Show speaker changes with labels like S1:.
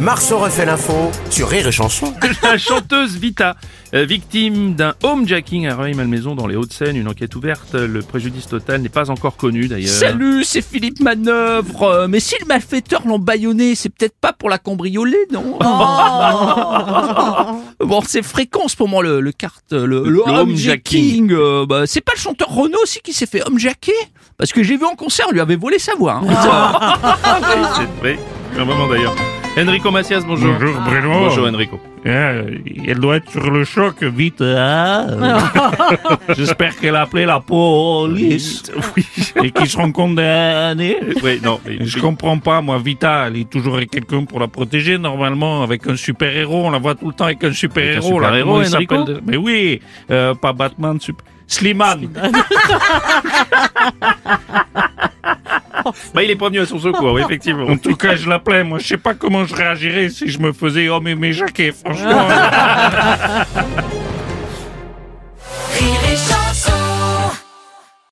S1: Marceau refait l'info sur Rire et Chanson.
S2: La chanteuse Vita, euh, victime d'un homejacking à Rueil-Malmaison dans les Hauts-de-Seine, une enquête ouverte. Le préjudice total n'est pas encore connu d'ailleurs.
S3: Salut, c'est Philippe Manœuvre. Euh, Mais si le malfaiteur l'ont bâillonné, c'est peut-être pas pour la cambrioler, non Bon, c'est fréquent en ce moment, le, le carte, le, le, homejacking. Euh, bah, c'est pas le chanteur Renaud aussi qui s'est fait homejacker Parce que j'ai vu en concert, on lui avait volé sa voix. hein.
S2: Oui, Ah, c'est vrai. Un moment d'ailleurs. Enrico Macias, bonjour.
S4: Bonjour Bruno.
S2: Bonjour Enrico.
S4: Euh, elle doit être sur le choc vite. hein. J'espère qu'elle a appelé la police
S2: Oui.
S4: et qu'ils seront condamnés.
S2: Oui, non. mais-
S4: Je comprends pas, moi, Vita, elle est toujours avec quelqu'un pour la protéger, normalement, avec un super-héros. On la voit tout le temps avec un
S2: Avec un
S4: super-héros. là.
S2: super-héros,
S4: Comment il
S2: Enrico
S4: s'appelle de- Mais oui, euh, pas Batman, sup- Slimane.
S2: Bah, il est pas venu à son secours, oui, effectivement.
S4: En tout cas, je l'appelais. Moi, je sais pas comment je réagirais si je me faisais homme et mes jaquets, franchement.